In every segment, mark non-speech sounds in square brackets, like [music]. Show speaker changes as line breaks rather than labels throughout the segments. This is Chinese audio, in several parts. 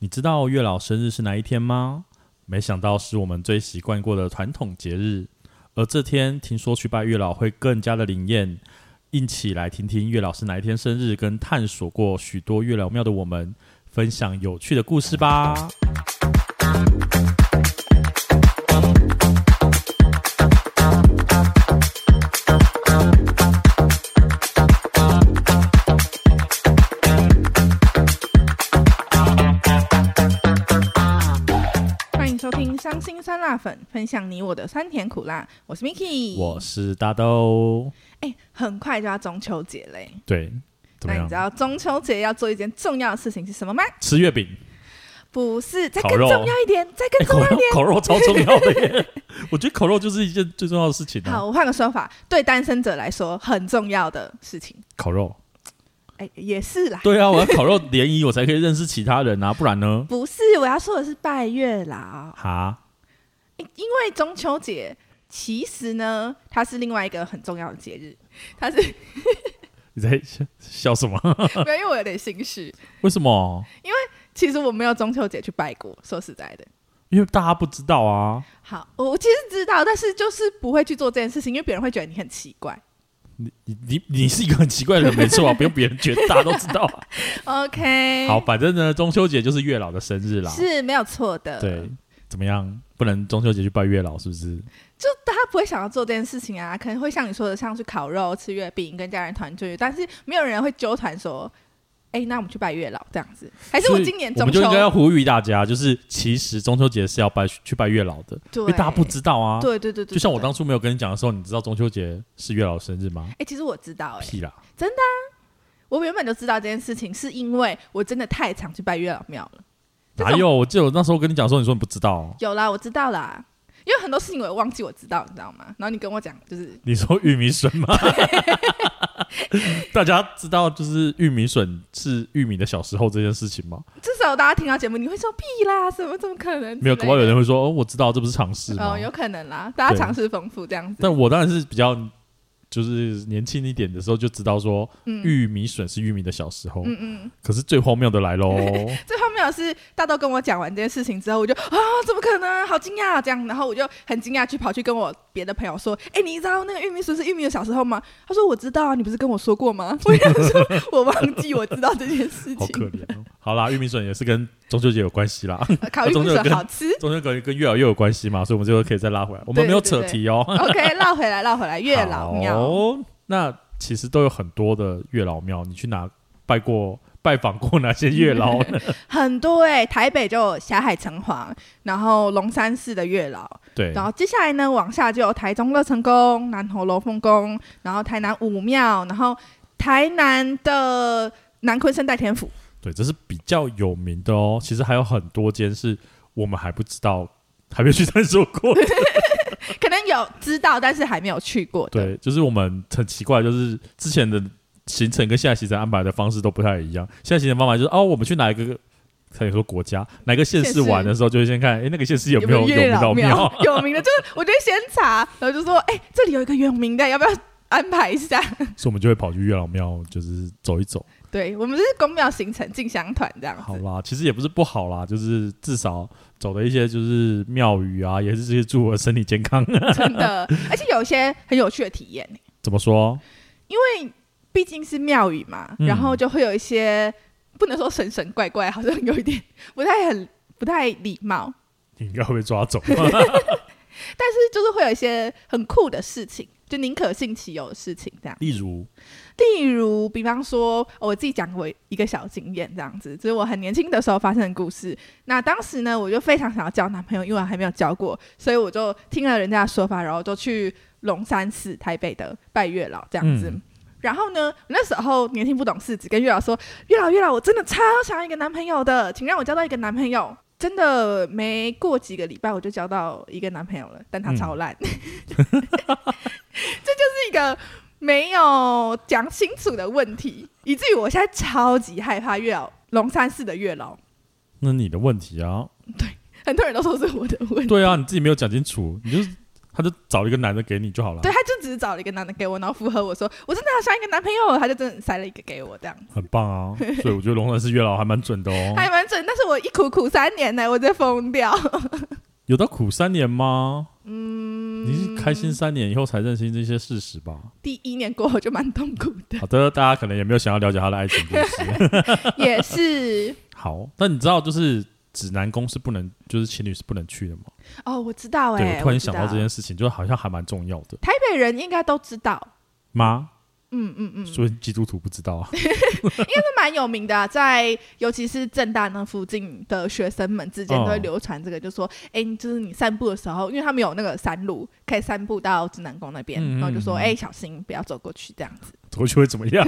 你知道月老生日是哪一天吗？没想到是我们最习惯过的传统节日，而这天听说去拜月老会更加的灵验。一起来听听月老是哪一天生日，跟探索过许多月老庙的我们，分享有趣的故事吧。
欢迎收听《伤心酸辣粉》，分享你我的酸甜苦辣。我是 Miki，
我是大豆，
哎、很快就要中秋节嘞。
对，怎么
那你知
样？
道中秋节要做一件重要的事情是什么吗？
吃月饼，
不是，再
烤
更
肉
重要一点，再
哎
更
烤
重要一
肉
点。
烤肉超重要的耶！ [laughs] 我觉得烤肉就是一件最重要的事情啊
好，。我换个说法，对单身者来说很重要的事情，
烤肉，
哎、也是啦。
对啊，我要烤肉联谊，我才可以认识其他人啊，不然呢？
不是，我要说的是拜月老，
哈，
因因为中秋节其实呢，它是另外一个很重要的节日，它是
你在笑 [laughs] 笑什么？
没有，因为我有点心虚。
为什么？
其实我没有中秋节去拜过，说实在的。
因为大家不知道啊。
好，我其实知道，但是就是不会去做这件事情，因为别人会觉得你很奇怪。
你你你是一个很奇怪的人，没错啊，不用别人觉得，大家都知道
[laughs]
啊。
OK，
好，，反正呢，中秋节就是月老的生日啦。
哎是没有错的。
对，，怎么样？不能中秋节去拜月老，是不是？
就大家不会想要做这件事情啊，可能会像你说的，像去烤肉、吃月饼、跟家人团聚，但是没有人会纠团说，哎、那我们去拜月老这样子，还是
所
我
以
今年
我
中
们就
秋
应该要呼吁大家，就是其实中秋节是要拜去拜月老的，
对，
因为大家不知道啊。
对对对对，
就像我当
时，
初没有跟你讲的时候，你知道中秋节是月老生日吗
哎、？其实我知道、哎，
屁啦！
我原本就知道这件事情，是因为我真的太常去拜月老庙了。这
哪
种
有？我记得我那时候跟你讲说，你说你不知道，哦
有啦，我知道啦，因为很多事情我也忘记我知道，你知道吗？然后你跟我讲，就是
你说玉米笋吗？大家知道就是玉米笋是玉米的小时候这件事情吗？
至少大家听到节目，你会说屁啦，什么怎么可能之类的？
没有，搞不好有人会说哦，我知道，这不是常识吗？
哦，有可能啦，大家
对
尝试丰富这样子。
但我当然是比较就是年轻一点的时候就知道说
嗯
玉米笋是玉米的小时候，
嗯嗯，
可是最荒谬的来
[laughs]
喽，
最后面有是大豆跟我讲完这件事情之后，我就啊，怎么可能？好惊讶这样，然后我就很惊讶去跑去跟我别的朋友说，哎、你知道那个玉米笋是玉米的小时候吗？他说我知道啊，你不是跟我说过 [laughs] 吗？我想说我忘记我知道这件事
好可
情，
怜哦。好啦，玉米笋也是跟中秋节有关系啦， [laughs]
烤玉米
中间有
笋
跟
好吃。
中秋节跟月老又有关系嘛，所以我们就可以再拉回来。我们
对
没有
对
扯
对
题哦，
[laughs] OK，绕回来，绕回来，月老庙。
好那其实都有很多的月老庙，你去哪拜过？拜访过哪些月老
[laughs]
呢？
很多哎、台北就有霞海城隍，然后龙山寺的月老，
对，
然后接下来呢，往下就有台中乐成宫、南投罗凤宫，然后台南武庙，然后台南的南昆生代
[laughs]
天府。
对，这是比较有名的哦。其实还有很多间是我们还不知道，还没有去探索过的。
可能有知道，但是还没有去过的。
对，就是我们很奇怪，就是之前的行程跟现在行程安排的方式都不太一样。现在行程方法就是哦，我们去哪一个，可以说国家哪个县市
县市
玩的时候，就会先看，哎，那个县市有没有
月
名
老
到庙？？
有 [laughs] 名的，就是我就会先查，然后就说，哎、这里有一个有名的，要不要安排一下？ [laughs]
所以我们就会跑去月老庙，就是走一走。
对我们是公庙行程进香团这样
好
子。
啦，其实也不是不好啦，就是至少走的一些就是庙宇啊，也是这些祝我身体健康。 [laughs]
真的，而且有一些很有趣的体验，
怎么说？
因为毕竟是庙宇嘛，
嗯
然后就会有一些不能说神神怪怪，好像有一点不太很 [laughs] 不太礼貌，
你应该会被抓走。
但是就是会有一些很酷的事情，就宁可信其有的事情这样。
[laughs] 例如，
例如，比方说、哦我自己讲我一个小经验这样子，就是我很年轻的时候发生的故事。那当时呢，我就非常想要交男朋友，因为我还没有交过，所以我就听了人家的说法，然后就去龙山寺台北的拜月老这样子。
嗯
然后呢，我那时候年轻不懂事，只跟月老说：“月老，月老，我真的超想要一个男朋友的，请让我交到一个男朋友。”真的没过几个礼拜，我就交到一个男朋友了，但他超烂，这就是一个没有讲清楚的问题，以至于我现在超级害怕月老龙山寺的月老，
那你的问题啊，
很多人都说是我的问题。
对啊，你自己没有讲清楚，你就是他就找一个男的给你就好了
对，，他就只是找了一个男的给我，然后附和我说我真的好想一个男朋友，他就真的塞了一个给我这样。
很棒啊。
[laughs]
所以我觉得龙老师月老还蛮准的哦。
还蛮准，但是我一苦苦三年呢，我真疯掉。 [laughs]
有到苦三年吗？嗯，你是开心三年以后才认清这些事实吧？
第一年过后就蛮痛苦的，
好的，大家可能也没有想要了解他的爱情故事。 [laughs]
[laughs] 也是
好，但你知道就是指南宫是不能，就是情侣是不能去的吗？
哦，我知道哎、
对，我突然想到
知道
这件事情，就好像还蛮重要的
台北人应该都知道，
吗？
嗯嗯嗯，
所以基督徒不知道啊。 [laughs]
这蛮有名的啊、在尤其是正大那附近的学生们之间
哦
都会流传这个，就说，哎、就是你散步的时候，因为他们有那个山路可以散步到指南宫那边，
嗯嗯
然后就说，
嗯
哎、小心不要走过去这样子，
回去会怎么
[laughs]
样？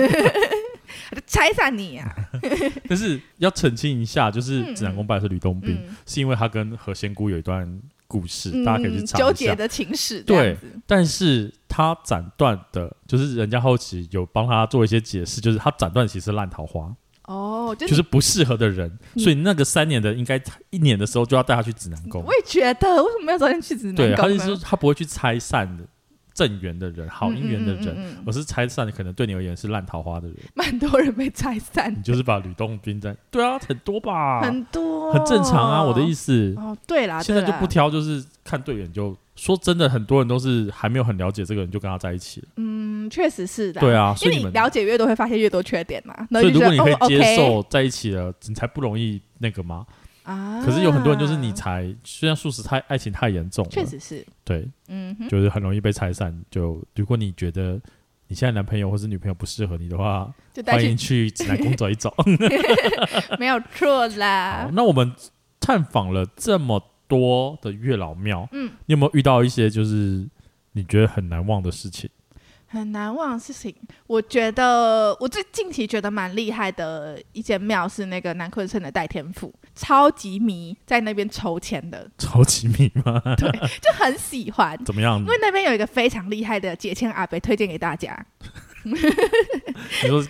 他就拆散
[laughs]
你呀、啊。
但是要澄清一下，就是
嗯
指南宫拜的是吕洞宾，
嗯，
是因为他跟何仙姑有一段故事，
嗯
大家可以去查
纠
一
结
下。
的情史这样子，
但是他斩断的，就是人家后期有帮他做一些解释，就是他斩断其实是烂桃花，
哦，就
就是是不适合的人，
嗯
所以那个三年的应该一年的时候就要带他去指南宫
我。也觉得，为什么要早点去指南宫
对，
呢？
他就是说他不会去拆散的正缘的人、好姻缘的
嗯
人，
嗯嗯嗯
而是拆散的可能对你而言是烂桃花的人。
蛮多人被拆散
你，就是把吕洞宾在，对啊，很多吧，
很多，
很正常啊。我的意
思。
思，
哦，对啦，
现在
对
就
啦
不挑，就是看对眼就。说真的，很多人都是还没有很了解这个人就跟他在一起了。
嗯，确实是的。
对啊，所以
因为
你
你
们
了解越多，会发现越多缺点嘛。
所
然后
以如
就觉
果
得
你可以
哦
接
OK
受在一起了，你才不容易那个嘛。
啊。
可是有很多人就是你才，虽然素食太爱情太严重了，
确实是，
对，
嗯哼，
就是很容易被拆散。就如果你觉得你现在男朋友或是女朋友不适合你的话，
就带
欢
去
迎去指南宫走一走。
[laughs] 没有错
好
啦，。
那我们探访了这么多的月老庙，
嗯，
你有没有遇到一些就是你觉得很难忘的事情？
很难忘的事情，我觉得我最近期觉得蛮厉害的一间庙是那个南昆山的戴天府，超级迷在那边筹钱的，
超级迷吗？
[laughs] 就很喜欢。
怎么样
因？为那边有一个非常厉害的解签阿伯，推荐给大家。
[laughs] 你说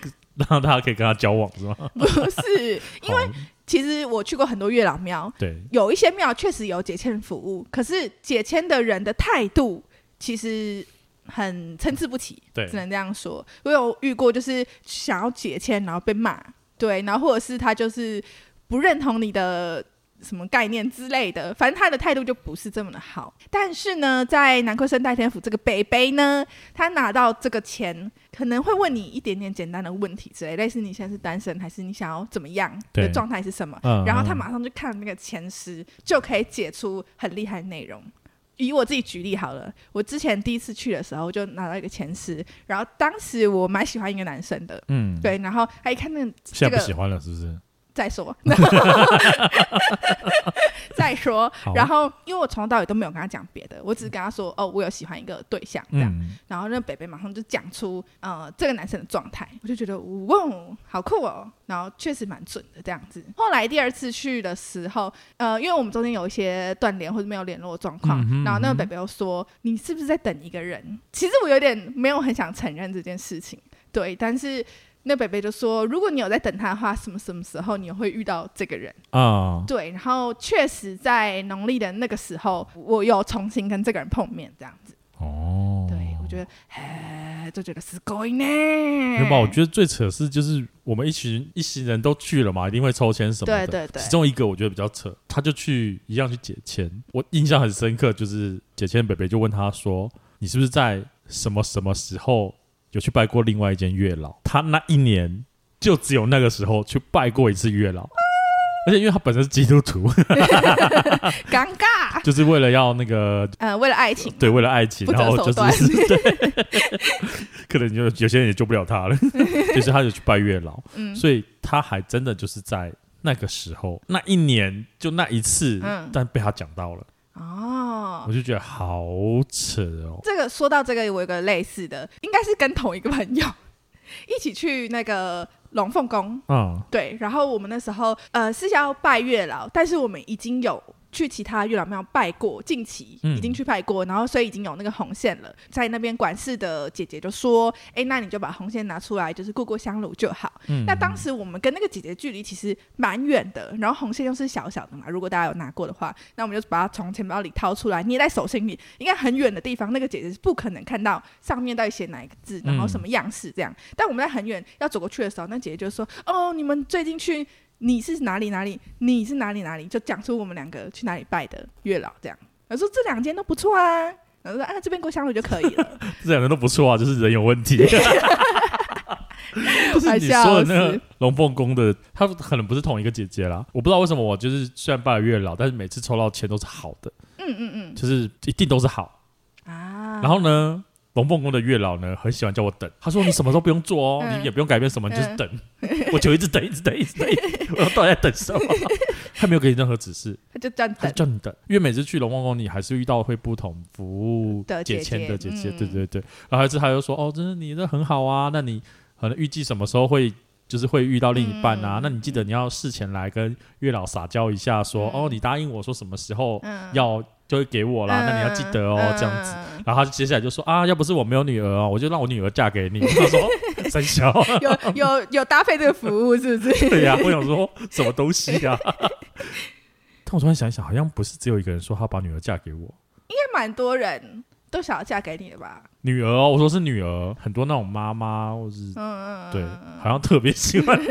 让大家可以跟他交往是吗？
不是， [laughs] 因为
好
其实我去过很多月老庙，
对，
有一些庙确实有解签服务，可是解签的人的态度其实很参差不齐，
对
只能这样说。我有遇过就是想要解签，然后被骂，对，然后或者是他就是不认同你的。什么概念之类的，反正他的态度就不是这么的好。但是呢，在南科生代天府这个北北呢，他拿到这个钱，可能会问你一点点简单的问题之类，类似你现在是单身还是你想要怎么样的
对
状态是什么，
嗯
然后他
嗯
马上就看那个前十，就可以解出很厉害的内容。以我自己举例好了，我之前第一次去的时候，我就拿到一个前十，然后当时我蛮喜欢一个男生的，
嗯，
对，然后他一看那个这
现在
个
不喜欢了是不是？[laughs]
再说， [laughs] 再说，然后因为我从头到尾都没有跟他讲别的，我只是跟他说，哦，我有喜欢一个对象这样，
嗯，
然后那北北马上就讲出呃这个男生的状态，我就觉得哇，好酷哦，然后确实蛮准的这样子。后来第二次去的时候，呃，因为我们中间有一些断联或者没有联络的状况，
嗯哼
然后那个
嗯哼
北北又说你是不是在等一个人？其实我有点没有很想承认这件事情，对，但是。那北北就说，如果你有在等他的话，什么什么时候你会遇到这个人？
啊，
对，然后确实在农历的那个时候，我有重新跟这个人碰面，这样子。
哦，
对，我觉得，哎，就觉得是够呢。
没有吧？我觉得最扯的是就是我们一群一行人都去了嘛，一定会抽签什么的。
对对对
其中一个我觉得比较扯，他就去一样去解签，我印象很深刻，就是解签北北就问他说：“你是不是在什么什么时候有去拜过另外一间月老？”他那一年就只有那个时候去拜过一次月老。而且因为他本身是基督徒， [laughs]
尴尬。
就是为了要那个
呃，为了爱 [laughs] 情，
对，为了爱情，
不择
然后就
手段
是对，可能就有些人也救不了 [laughs] 他了，就是他就去拜月老，
嗯，
所以他还真的就是在那个时候那一年就那一次，
嗯
但被他讲到了，
哦
我，就觉得好扯哦。
这个说到这个，我有个类似的，应该是跟同一个朋友一起去那个龙凤宫，
嗯，
对，然后我们那时候呃是要拜月老，但是我们已经有去其他月老庙拜过，近期
嗯
已经去拜过，然后所以已经有那个红线了。在那边管事的姐姐就说：“哎，那你就把红线拿出来，就是过过香炉就好。
嗯
那当时我们跟那个姐姐距离其实蛮远的，然后红线又是小小的嘛，如果大家有拿过的话，那我们就把它从钱包里掏出来，捏在手心里，应该很远的地方，那个姐姐是不可能看到上面到底写哪一个字，然后什么样式这样。但我们在很远要走过去的时候，那姐姐就说：“哦，你们最近去。”你是哪里哪里？你是哪里哪里？就讲出我们两个去哪里拜的月老这样。我说这两间都不错啊，然后说啊这边过香炉就可以了。
这两个都不错啊， [laughs] 就是人有问
[laughs]
题。不是
快
你说的
笑哦
那个
死
龙凤宫的，她可能不是同一个姐姐啦。我不知道为什么我就是虽然拜了月老，但是每次抽到签都是好的，
嗯嗯
就是一定都是好。
嗯啊。
然后呢，龙凤宫的月老呢很喜欢叫我等，他说你什么都不用做哦，
[laughs] 嗯
你也不用改变什么，你就是
嗯
等。我就一直等，一直等，一直
[laughs]
等，一直等我到底在等什么？他没有给你任何指示，
他就这样
他
等
就，叫你等，因为每次去龙凤宫，你还是遇到会不同服务
的
解
姐
签
姐
的姐姐，
嗯
对对对。然后还是他又说，哦，真的你这很好啊，那你可能预计什么时候会？就是会遇到另一半啊，
嗯
那你记得你要事前来跟月老撒娇一下说，
嗯
哦，你答应我说什么时候
嗯，
要就会给我啦，
嗯
那你要记得哦，这样子。。
嗯
然后他接下来就说啊，要不是我没有女儿哦，我就让我女儿嫁给你。我就说哦三小， [laughs]
[laughs] 有有有搭配这个服务是不是？ [laughs]
对呀、我想说什么东西呀、 [laughs] 但我突然想一想，好像不是只有一个人说他把女儿嫁给我，
应该蛮多人都想要嫁给你的吧？
女儿哦，我说是女儿，很多那种妈妈或是、
嗯，嗯
对
嗯，
好像特别喜
[laughs]
欢
你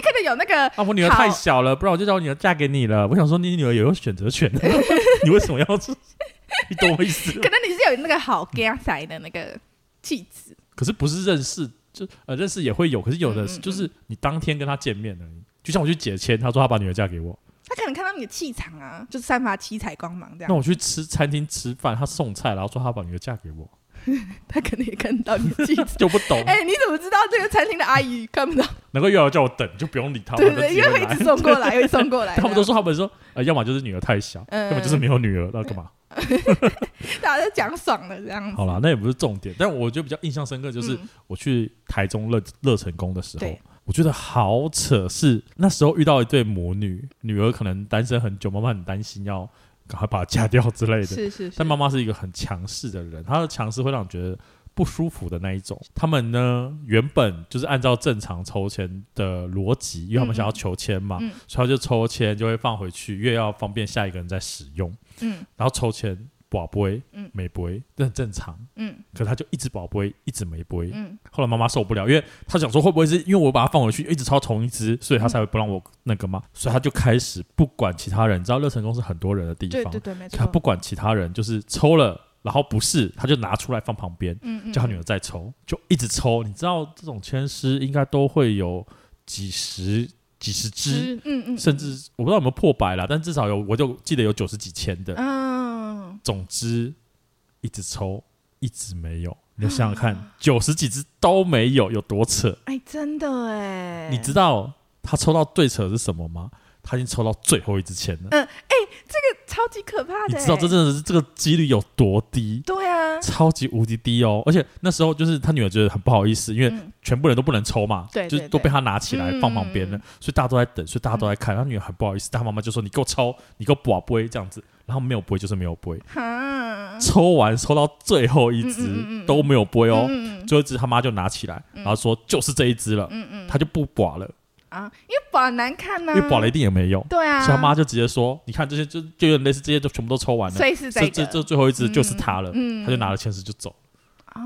可能有那个
啊，我女儿太小了，不然我就叫我女儿嫁给你了。我想说，你女儿也有选择
[laughs]
权，你为什么要这？ [laughs] 你懂我意思吗
可？能你是有那个好 gay 仔的那个气质，
可是不是认识，就呃认识也会有，可是有的
嗯嗯嗯
就是你当天跟他见面而已。就像我去解签，他说他把女儿嫁给我，
他可能看到你的气场啊，就散发七彩光芒这
那
样。
我去吃餐厅吃饭，他送菜，然后说他把女儿嫁给
[laughs]
我，。
他可能也看到你的气质
[laughs] 就不懂。
哎，你怎么知道这个餐厅的阿姨看不到？
能够月老叫我等，就不用理他，
对
我
不
就
对，
自
因
己
为会
来
一直送过
[laughs]
来，又送过来。
他们都
这样
说他们说，呃，要么就是女儿太小，
嗯
要么就是没有女儿，那干嘛？
大家都讲爽了这样子。
好啦，那也不是重点，但我觉得比较印象深刻就是
嗯
我去台中乐乐成宫的时候
对。
我觉得好扯，是那时候遇到一对母女，女儿可能单身很久，妈妈很担心，要赶快把她嫁掉之类的。
是是是
但，妈妈是一个很强势的人，她的强势会让你觉得不舒服的那一种。他们呢，原本就是按照正常抽签的逻辑，因为他们想要求签嘛，
嗯
所以他就抽签就会放回去，越要方便下一个人再使用。
嗯
然后抽签宝杯，
嗯
没杯，这很正常。
嗯
可他就一直宝杯，一直没杯。
嗯，
后来妈妈受不了，因为她想说会不会是因为我把它放回去，一直抄同一只，所以她才会不让我那个嘛，所以她就开始不管其他人，你知道乐成宫是很多人的地
对
方，
对对，没错。
他不管其他人，就是抽了，然后不是，他就拿出来放旁边，
嗯，嗯
叫他女儿再抽，就一直抽。你知道这种签师应该都会有几十、几十只，
嗯嗯嗯，
甚至我不知道有没有破百啦，但至少有，我就记得有九十几千的。
嗯，
总之，一直抽，一直没
嗯
有。你就想想看，九十几只都没有，有多扯？
哎，真的哎，
你知道他抽到最扯的是什么吗？他已经抽到最后一支签
嗯
了。
超级可怕
你
的哎，
知道这真的是这个几率有多低？
对啊，
超级无敌低哦！而且那时候就是他女儿觉得很不好意思，因为
嗯
全部人都不能抽嘛，
对对
就是都被他拿起来
对
放旁边了，
嗯
所以大家都在等，所以大家都在看。他女儿很不好意思，但他妈妈就说：“你给我抽，你给我把杯这样子。”然后没有杯就是没有杯，
哈，
抽完抽到最后一只、
嗯嗯嗯嗯
都没有杯哦，
嗯
最后一只他妈就拿起来，然后说：“就是这一只了。
嗯嗯
他就不把了，
啊，因为宝难看呢，
因为把了一定也没用，
对啊，
所以他妈就直接说：“你看这些就就有点类似这些就全部都抽完了，
所以是
这
这
这这
个
最后一只就是他了。
嗯嗯
他就拿了签石就走。
啊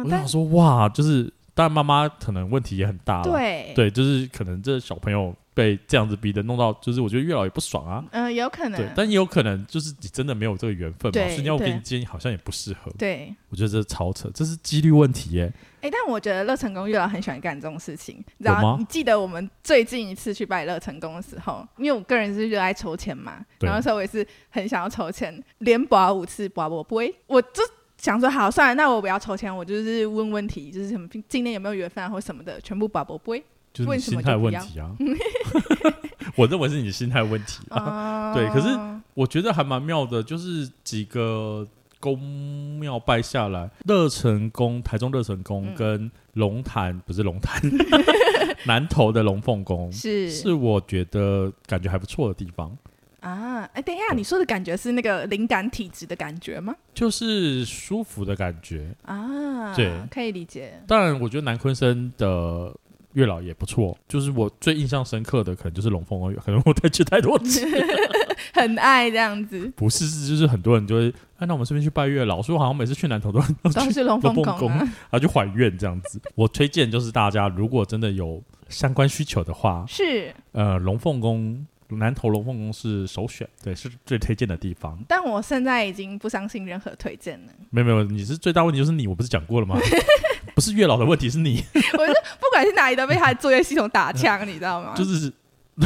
我，就
但
想说，哇，就是，但妈妈可能问题也很大了，
对，
就是可能这小朋友被这样子逼的，弄到就是我觉得月老也不爽啊，
嗯，有可
对
能，，
但也有可能就是你真的没有这个缘分嘛，
对
所以你要给
对
你建议好像也不适合，
对。
我觉得这超扯，这是几率问题耶，
哎、但我觉得乐成功月老很喜欢干这种事情，你知
有吗
道？你记得我们最近一次去拜乐成功的时候，因为我个人是热爱抽签嘛，
对
然后那时候我也是很想要抽签，连拔五次拔我不会，我就想说好算了，那我不要抽签，我就是问问题，就是什么今天有没有缘分啊或什么的，全部拔我不会。
就是你
为什
心
么
态
就不
问题
[laughs]
啊， [laughs] 我认为是你心态问题啊，
啊
对可是我觉得还蛮妙的，就是几个宫庙拜下来，乐成宫、台中乐成宫
嗯
跟龙潭、不是龙
[laughs]
潭，南投的龙凤宫，
是
是我觉得感觉还不错的地方。
啊，哎，等一下，你说的感觉是那个灵感体质的感觉吗？
就是舒服的感觉。
啊，
对
可以理解。
当然，我觉得南昆生的月老也不错，就是我最印象深刻的可能就是龙凤公园，可能我再去太
[laughs]
多次，
很爱这样
[laughs]
子，
不是，是就是很多人就会，啊、那我们顺便去拜月老，所以我好像每次去南投都要 [laughs]
都
去，
是龙凤
龙凤
宫啊。
然后去还愿这样子。我推荐就是大家如果真的有相关需求的话，
是，
呃，龙凤宫。南投龙凤宫是首选，对，是最推荐的地方。
但我现在已经不相信任何推荐了。
没有没有，你是最大问题就是你，我不是讲过了 [laughs] 吗？不是月老的问题，是你。 [laughs]
我是不管是哪里都被他的作业系统打枪，你知道吗？
就是 [laughs]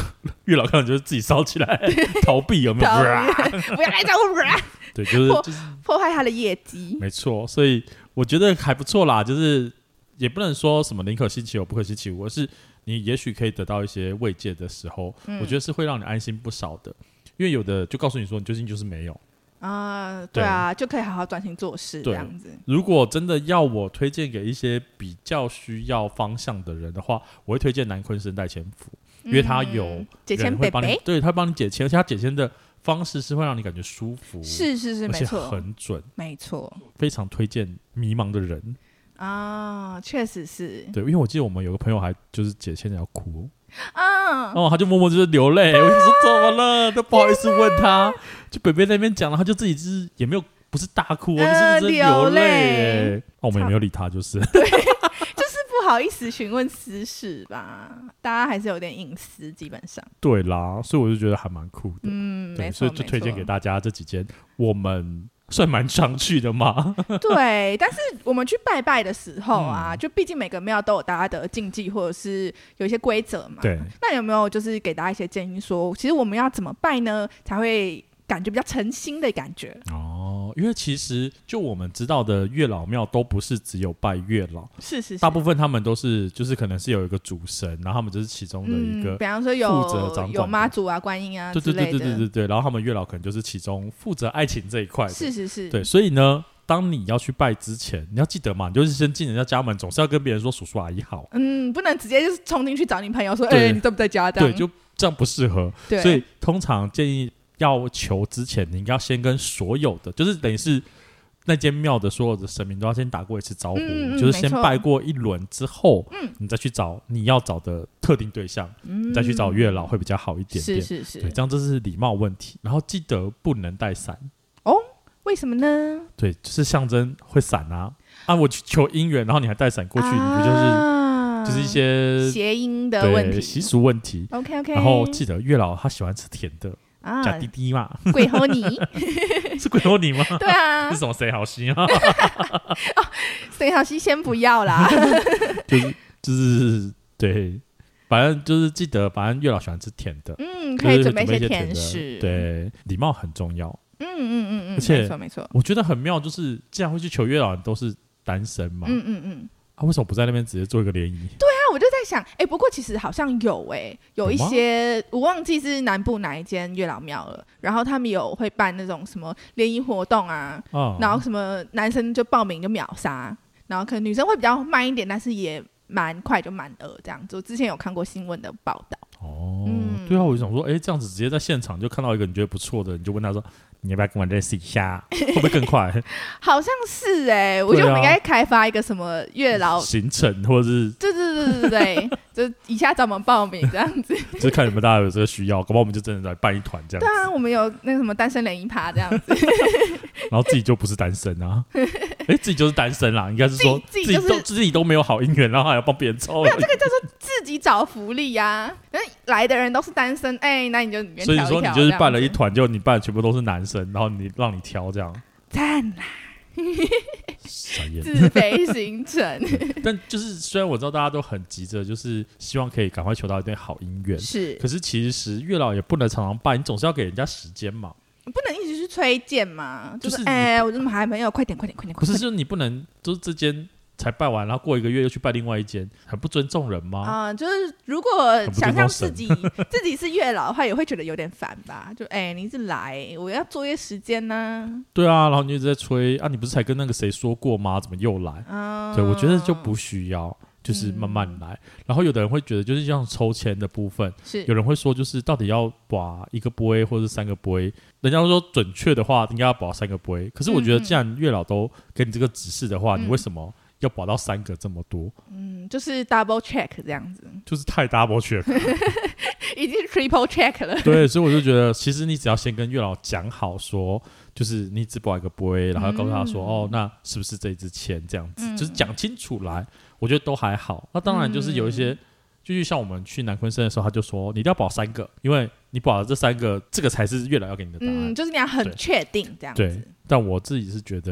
月老看了就是自己烧起来 [laughs] 逃避，有没有？
讨厌 [laughs] 不要来找我
对，就是
我
就是
破坏他的业绩。
没错，所以我觉得还不错啦，就是也不能说什么宁可信其有不可信其无，而是你也许可以得到一些慰藉的时候，
嗯
我觉得是会让你安心不少的。因为有的就告诉你说，你最近就是没有。
啊、对啊，就可以好好专心做事这
对
样子。
如果真的要我推荐给一些比较需要方向的人的话，我会推荐南昆生代前夫，因为他有
嗯解
人
签
会
北
帮你
北，，
对他帮你解签，而且他解签的方式是会让你感觉舒服，
是是是，
而
没
且
错，
很准，
没错
非常推荐迷茫的人。
啊，确实是，
对，因为我记得我们有个朋友还就是姐现在要哭，
嗯，
哦，他就默默就是流泪，我就说怎么了，都不好意思问他，就北北在那边讲了，他就自己就是也没有不是大哭哦，
呃
就是真的
流
流
泪
泪，哦，我们也没有理他，就是， [laughs]
就是不好意思询问私事吧，大家还是有点隐私，基本上，
对啦，所以我就觉得还蛮酷的，
嗯，没
对，
错，
所以就
没
推荐
错
给大家这几间我们算蛮常去的
[laughs]
嘛， [laughs]
对，但是我们去拜拜的时候啊，
嗯
就毕竟每个庙都有大家的禁忌或者是有一些规则嘛。
对，
那有没有就是给大家一些建议说其实我们要怎么拜呢，才会感觉比较诚心的感觉？
哦，因为其实就我们知道的月老庙都不是只有拜月老。
是是是，
大部分他们都是就是可能是有一个主神，然后他们就是其中的一
嗯、
个，
比方说
负责掌管
有有妈祖啊、观音啊
对
之
对
类
对
的，
对对对对，然后他们月老可能就是其中负责爱情这一块的，
是是是，
对，所以呢，当你要去拜之前，你要记得嘛，你就是先进人家家门，总是要跟别人说叔叔阿姨好，
嗯，不能直接就是冲进去找你朋友说，哎、
对
你在不在家？这样
对，就这样不适合，
对
所以通常建议要求之前，你应该要先跟所有的，就是等于是。那间庙的所有的神明都要先打过一次招呼，
嗯嗯
就是先
没错
拜过一轮之后，你再去找你要找的特定对象，
嗯
你再去找月老会比较好一点
是
点。
是是
对，，这样这是礼貌问题。然后记得不能带伞，
为什么呢？
对，就是象征会伞啊啊！我去求姻缘，然后你还带伞过去，你不就是、
啊
就是一些
谐音的问
对
题？
习俗问题。
OK OK，
然后记得月老他喜欢吃甜的，
啊，
假滴滴嘛， [laughs]
鬼吼你，
是鬼头你吗？[laughs]
对啊
是，什么谁好心啊？
沈小西先不
[laughs]
要啦，
就是就是对，反正就是记得，反正月老喜欢吃甜的，
嗯，
就
可以
是
准备
一些
甜
的
食，，
对，礼貌很重要。
嗯嗯嗯嗯，
而且
没错没错，
我觉得很妙，就是既然会去求月老，都是单身嘛，
嗯嗯嗯。
他、为什么不在那边直接做一个联谊？
那我就在想，哎、不过其实好像有哎、有一
有吗
些我忘记是南部哪一间月老庙了，然后他们有会办那种什么联谊活动啊，
啊，
然后什么男生就报名就秒杀，然后可能女生会比较慢一点，但是也蛮快就满额这样子。我之前有看过新闻的报道，
哦，
嗯
对啊，我就想说，哎，这样子直接在现场就看到一个你觉得不错的，你就问他说，你要不要跟我认识一
[laughs]
下？会不会更快？
好像是哎、我觉得我们应
啊
该开发一个什么月老。
行程，或者是
对对对对对，对就以下找我们报名这样子。
就是看你们大家有这个需要，搞不好我们就真的来办一团这
对
样，
啊，我们有那个什么单身联谊趴这样子，
然后自己就不是单身
[laughs]
啊，哎，自己就是单身啦，应该是说
自己自
己
己就是
都自己都没有好姻缘，然后还要帮别人抽，
自己找福利呀、因为来的人都是单身，哎、那你就里面
所以
挑
说你
挑
就是
啊这样
办了一
子
团，就你办的全部都是男生，然后你让你挑这样，
赞啦，
傻眼。
自费行程
但就是虽然我知道大家都很急着，就是希望可以赶快求到一对好姻缘，
是
可是其实月老也不能常常办，你总是要给人家时间
[laughs]
嘛。
不能一直去催荐嘛，
就
就
是是你
哎、我怎么还没有，快点快点快点，
可
快
是
点
就是你不能就是这间才拜完，然后过一个月又去拜另外一间，很不尊重人吗？
啊、就是如果
很不尊
想
重
象自
神
己自己是月老的话，也会觉得有点烦吧？就哎、你一直来，我要作业时间呢、
对啊，然后你一直在催啊，你不是才跟那个谁说过吗？怎么又来？
嗯，
对，我觉得就不需要。就是慢慢来。然后有的人会觉得，就是像抽签的部分，
是
有人会说，就是到底要把一个 boy 或者三个 boy，人家都说准确的话应该要保三个 boy，可是我觉得
嗯嗯
既然月老都给你这个指示的话，
嗯
你为什么要保到三个这么多？
嗯，就是 double check 这样子，
就是太 double check。
已经 triple check 了。
对，所以我就觉得，其实你只要先跟月老讲好说，就是你只保一个 boy，然后告诉他说，
嗯
哦，那是不是这一支签这样子，
嗯
就是讲清楚来，我觉得都还好。那当然就是有一些。
嗯
就是像我们去南昆山的时候，他就说你一定要保三个，因为你保了这三个，这个才是月老要给你的答案。
[laughs] 嗯，就是你要很
对
确定这样
对
子。，
但我自己是觉得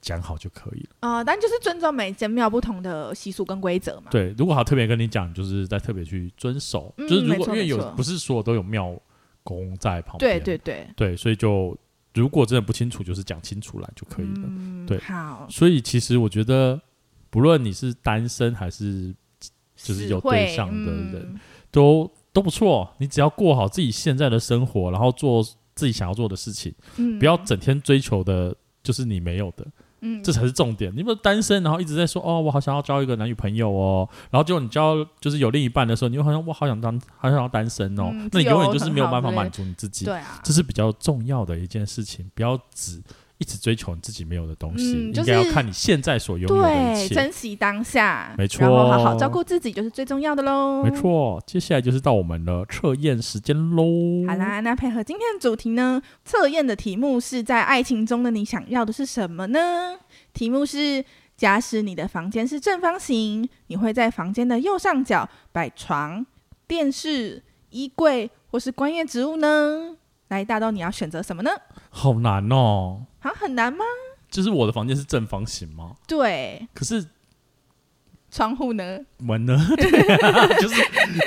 讲好就可以了。
啊、但就是尊重每间庙不同的习俗跟规则嘛。
对，如果好特别跟你讲，就是再特别去遵守，
嗯
就是如
没
果
错
因为有
没错
不是所有都有庙公在旁边
对，对对，
对所以就如果真的不清楚，就是讲清楚来就可以了。
嗯，
对
好，
所以其实我觉得，不论你是单身还是就是有
死会
对象的人，
嗯
都都不错，你只要过好自己现在的生活，然后做自己想要做的事情，
嗯
不要整天追求的就是你没有的。
嗯
这才是重点。你有没有单身，然后一直在说哦，我好想要交一个男女朋友哦，然后结果你交就是有另一半的时候，你又好像我好想当，好想要单身哦，
嗯
那你
自由
永远就是没有
很好
办法
之类的
满足你自己
对，啊，
这是比较重要的一件事情。不要只一直追求你自己没有的东西，
嗯就
应该
是
要看你现在所拥有的一
对，
切。
珍惜当下，
没
然后好
错
好照顾自己就是最重要的喽。
没。错，接下来就是到我们的测验时间喽。
好，啦，那配合今天的主题呢，测验的题目是在爱情中的你想要的是什么呢？题目是：假使你的房间是正方形，你会在房间的右上角摆床、电视、衣柜或是观叶植物呢？来，大豆，你要选择什么呢？
好难哦，
好，很难吗？
就是我的房间是正方形吗？
对，
可是
窗户呢？
门
[laughs]
呢？就是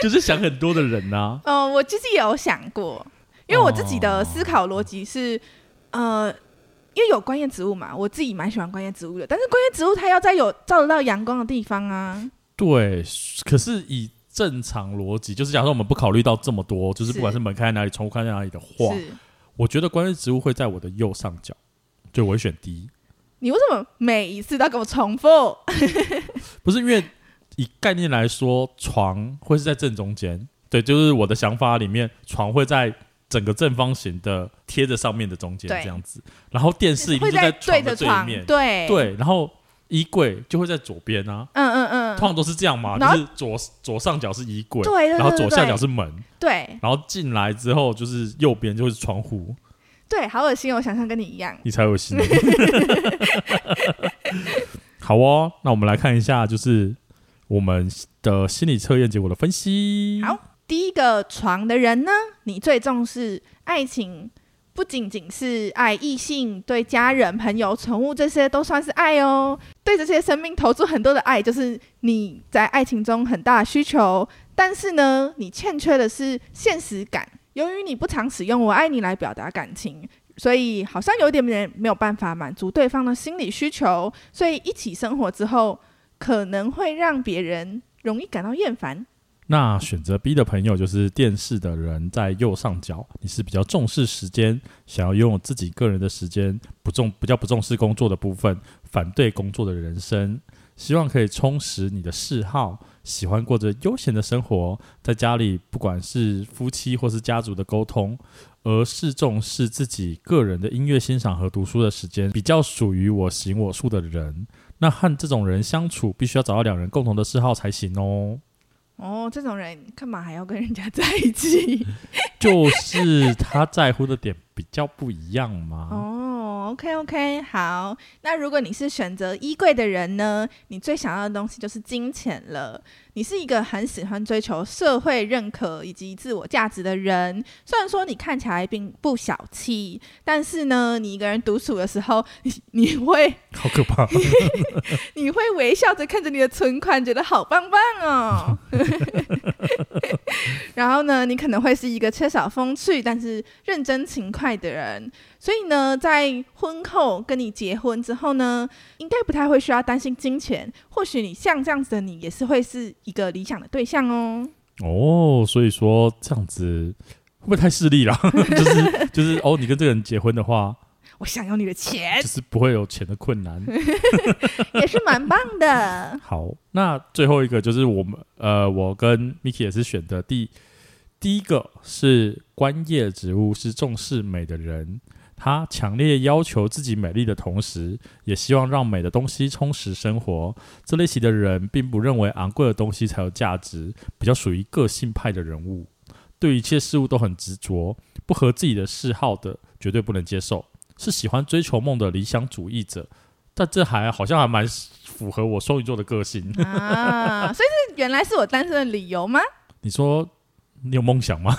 就是想很多的人呐、啊
嗯、我其实也有想过，因为我自己
哦
的思考逻辑是，呃，因为有观叶植物嘛，我自己蛮喜欢观叶植物的，但是观叶植物它要在有照得到阳光的地方啊。
对，可是以正常逻辑，就是假设我们不考虑到这么多，就是不管
是
是门开在哪里，窗户开在哪里的话，
是，
我觉得观叶植物会在我的右上角，对我会选 D，
你为什么每一次都要跟我重复？
不是因为以概念来说，床会是在正中间，对，就是我的想法里面，床会在。整个正方形的贴着上面的中间
对
这样子，然后电视一定
[laughs] 会
就在
对
床
着
的对
床，
面，
对，
对，然后衣柜就会在左边啊，
嗯嗯
通
嗯，
常都是这样嘛，
然后
就是左左上角是衣柜，
对对
然后
对
左
对
下角
对
是门，
对
然后进来之后就是右边就是窗户，
对，好恶心哦，我想象跟你一样。
你才有心。好哦，那我们来看一下，就是我们的心理测验结果的分析。
好第一个床的人呢，你最重视爱情，不仅仅是爱异性，对家人、朋友、宠物这些都算是爱哦。对这些生命投注很多的爱，就是你在爱情中很大的需求。但是呢，你欠缺的是现实感。由于你不常使用“我爱你”来表达感情，所以好像有点点没有办法满足对方的心理需求。所以一起生活之后，可能会让别人容易感到厌烦。
那选择 B 的朋友就是电视的人在右上角，你是比较重视时间，想要拥有自己个人的时间，不重比较不重视工作的部分，反对工作的人生，希望可以充实你的嗜好，喜欢过着悠闲的生活，在家里不管是夫妻或是家族的沟通，而是重视自己个人的音乐欣赏和读书的时间，比较属于我行我素的人。那和这种人相处，必须要找到两人共同的嗜好才行哦。
哦，这种人干嘛还要跟人家在一起？
就是他在乎的点比较不一样嘛。
[laughs] 哦，OK OK，好。那如果你是选择衣柜的人呢，你最想要的东西就是金钱了。你是一个很喜欢追求社会认可以及自我价值的人。虽然说你看起来并不小气，但是呢，你一个人独处的时候， [laughs] 你你会
好可怕！
你会微笑着看着你的存款，觉得好棒棒 [laughs] 哦。然后呢，你可能会是一个缺少风趣但是认真勤快的人，所以呢，在婚后跟你结婚之后呢，应该不太会需要担心金钱。或许你像这样子的你，也是会是一个理想的对象哦。
哦，所以 [laughs] 说这样子会不会太势利了？就是就是哦，你跟这个人结婚的话，
我想要你的钱
就，是不会有钱的困难。
[laughs] 也是蛮棒的。
好，那最后一个就是我们呃，我跟 Miki 也是选的第第一个是观叶植物是重视美的人，他强烈要求自己美丽的同时，也希望让美的东西充实生活。这类型的人并不认为昂贵的东西才有价值，比较属于个性派的人物，对一切事物都很执着，不合自己的嗜好的绝对不能接受，是喜欢追求梦的理想主义者。但这还好像还蛮符合我双鱼座的个性。 [laughs]
啊，所以这原来是我单身的理由吗？
你说你有梦想吗？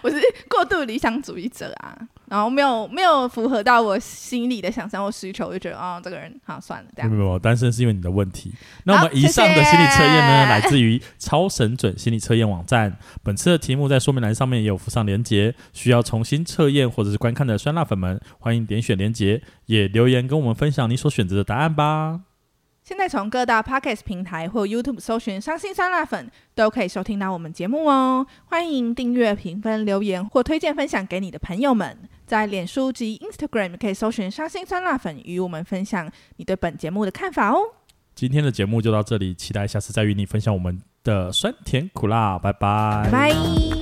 我是过度理想主义者啊，然后没有没有符合到我心里的想象或需求，我就觉得哦，这个人好算了这
没有
样。
没有，单身是因为你的问题。那我
好
们以上的心理测验
谢
呢，
谢
来自于超神准心理测验网站。本次的题目在说明栏上面也有附上连结，需要重新测验或者是观看的酸辣粉们，欢迎点选连结，也留言跟我们分享你所选择的答案吧。
现在从各大 podcast 平台或 YouTube 搜寻“伤心酸辣粉”，都可以收听到我们节目哦。欢迎订阅、评分、留言或推荐分享给你的朋友们。在脸书及 Instagram 可以搜寻“伤心酸辣粉”，与我们分享你对本节目的看法哦。
今天的节目就到这里，期待下次再与你分享我们的酸甜苦辣，拜
拜。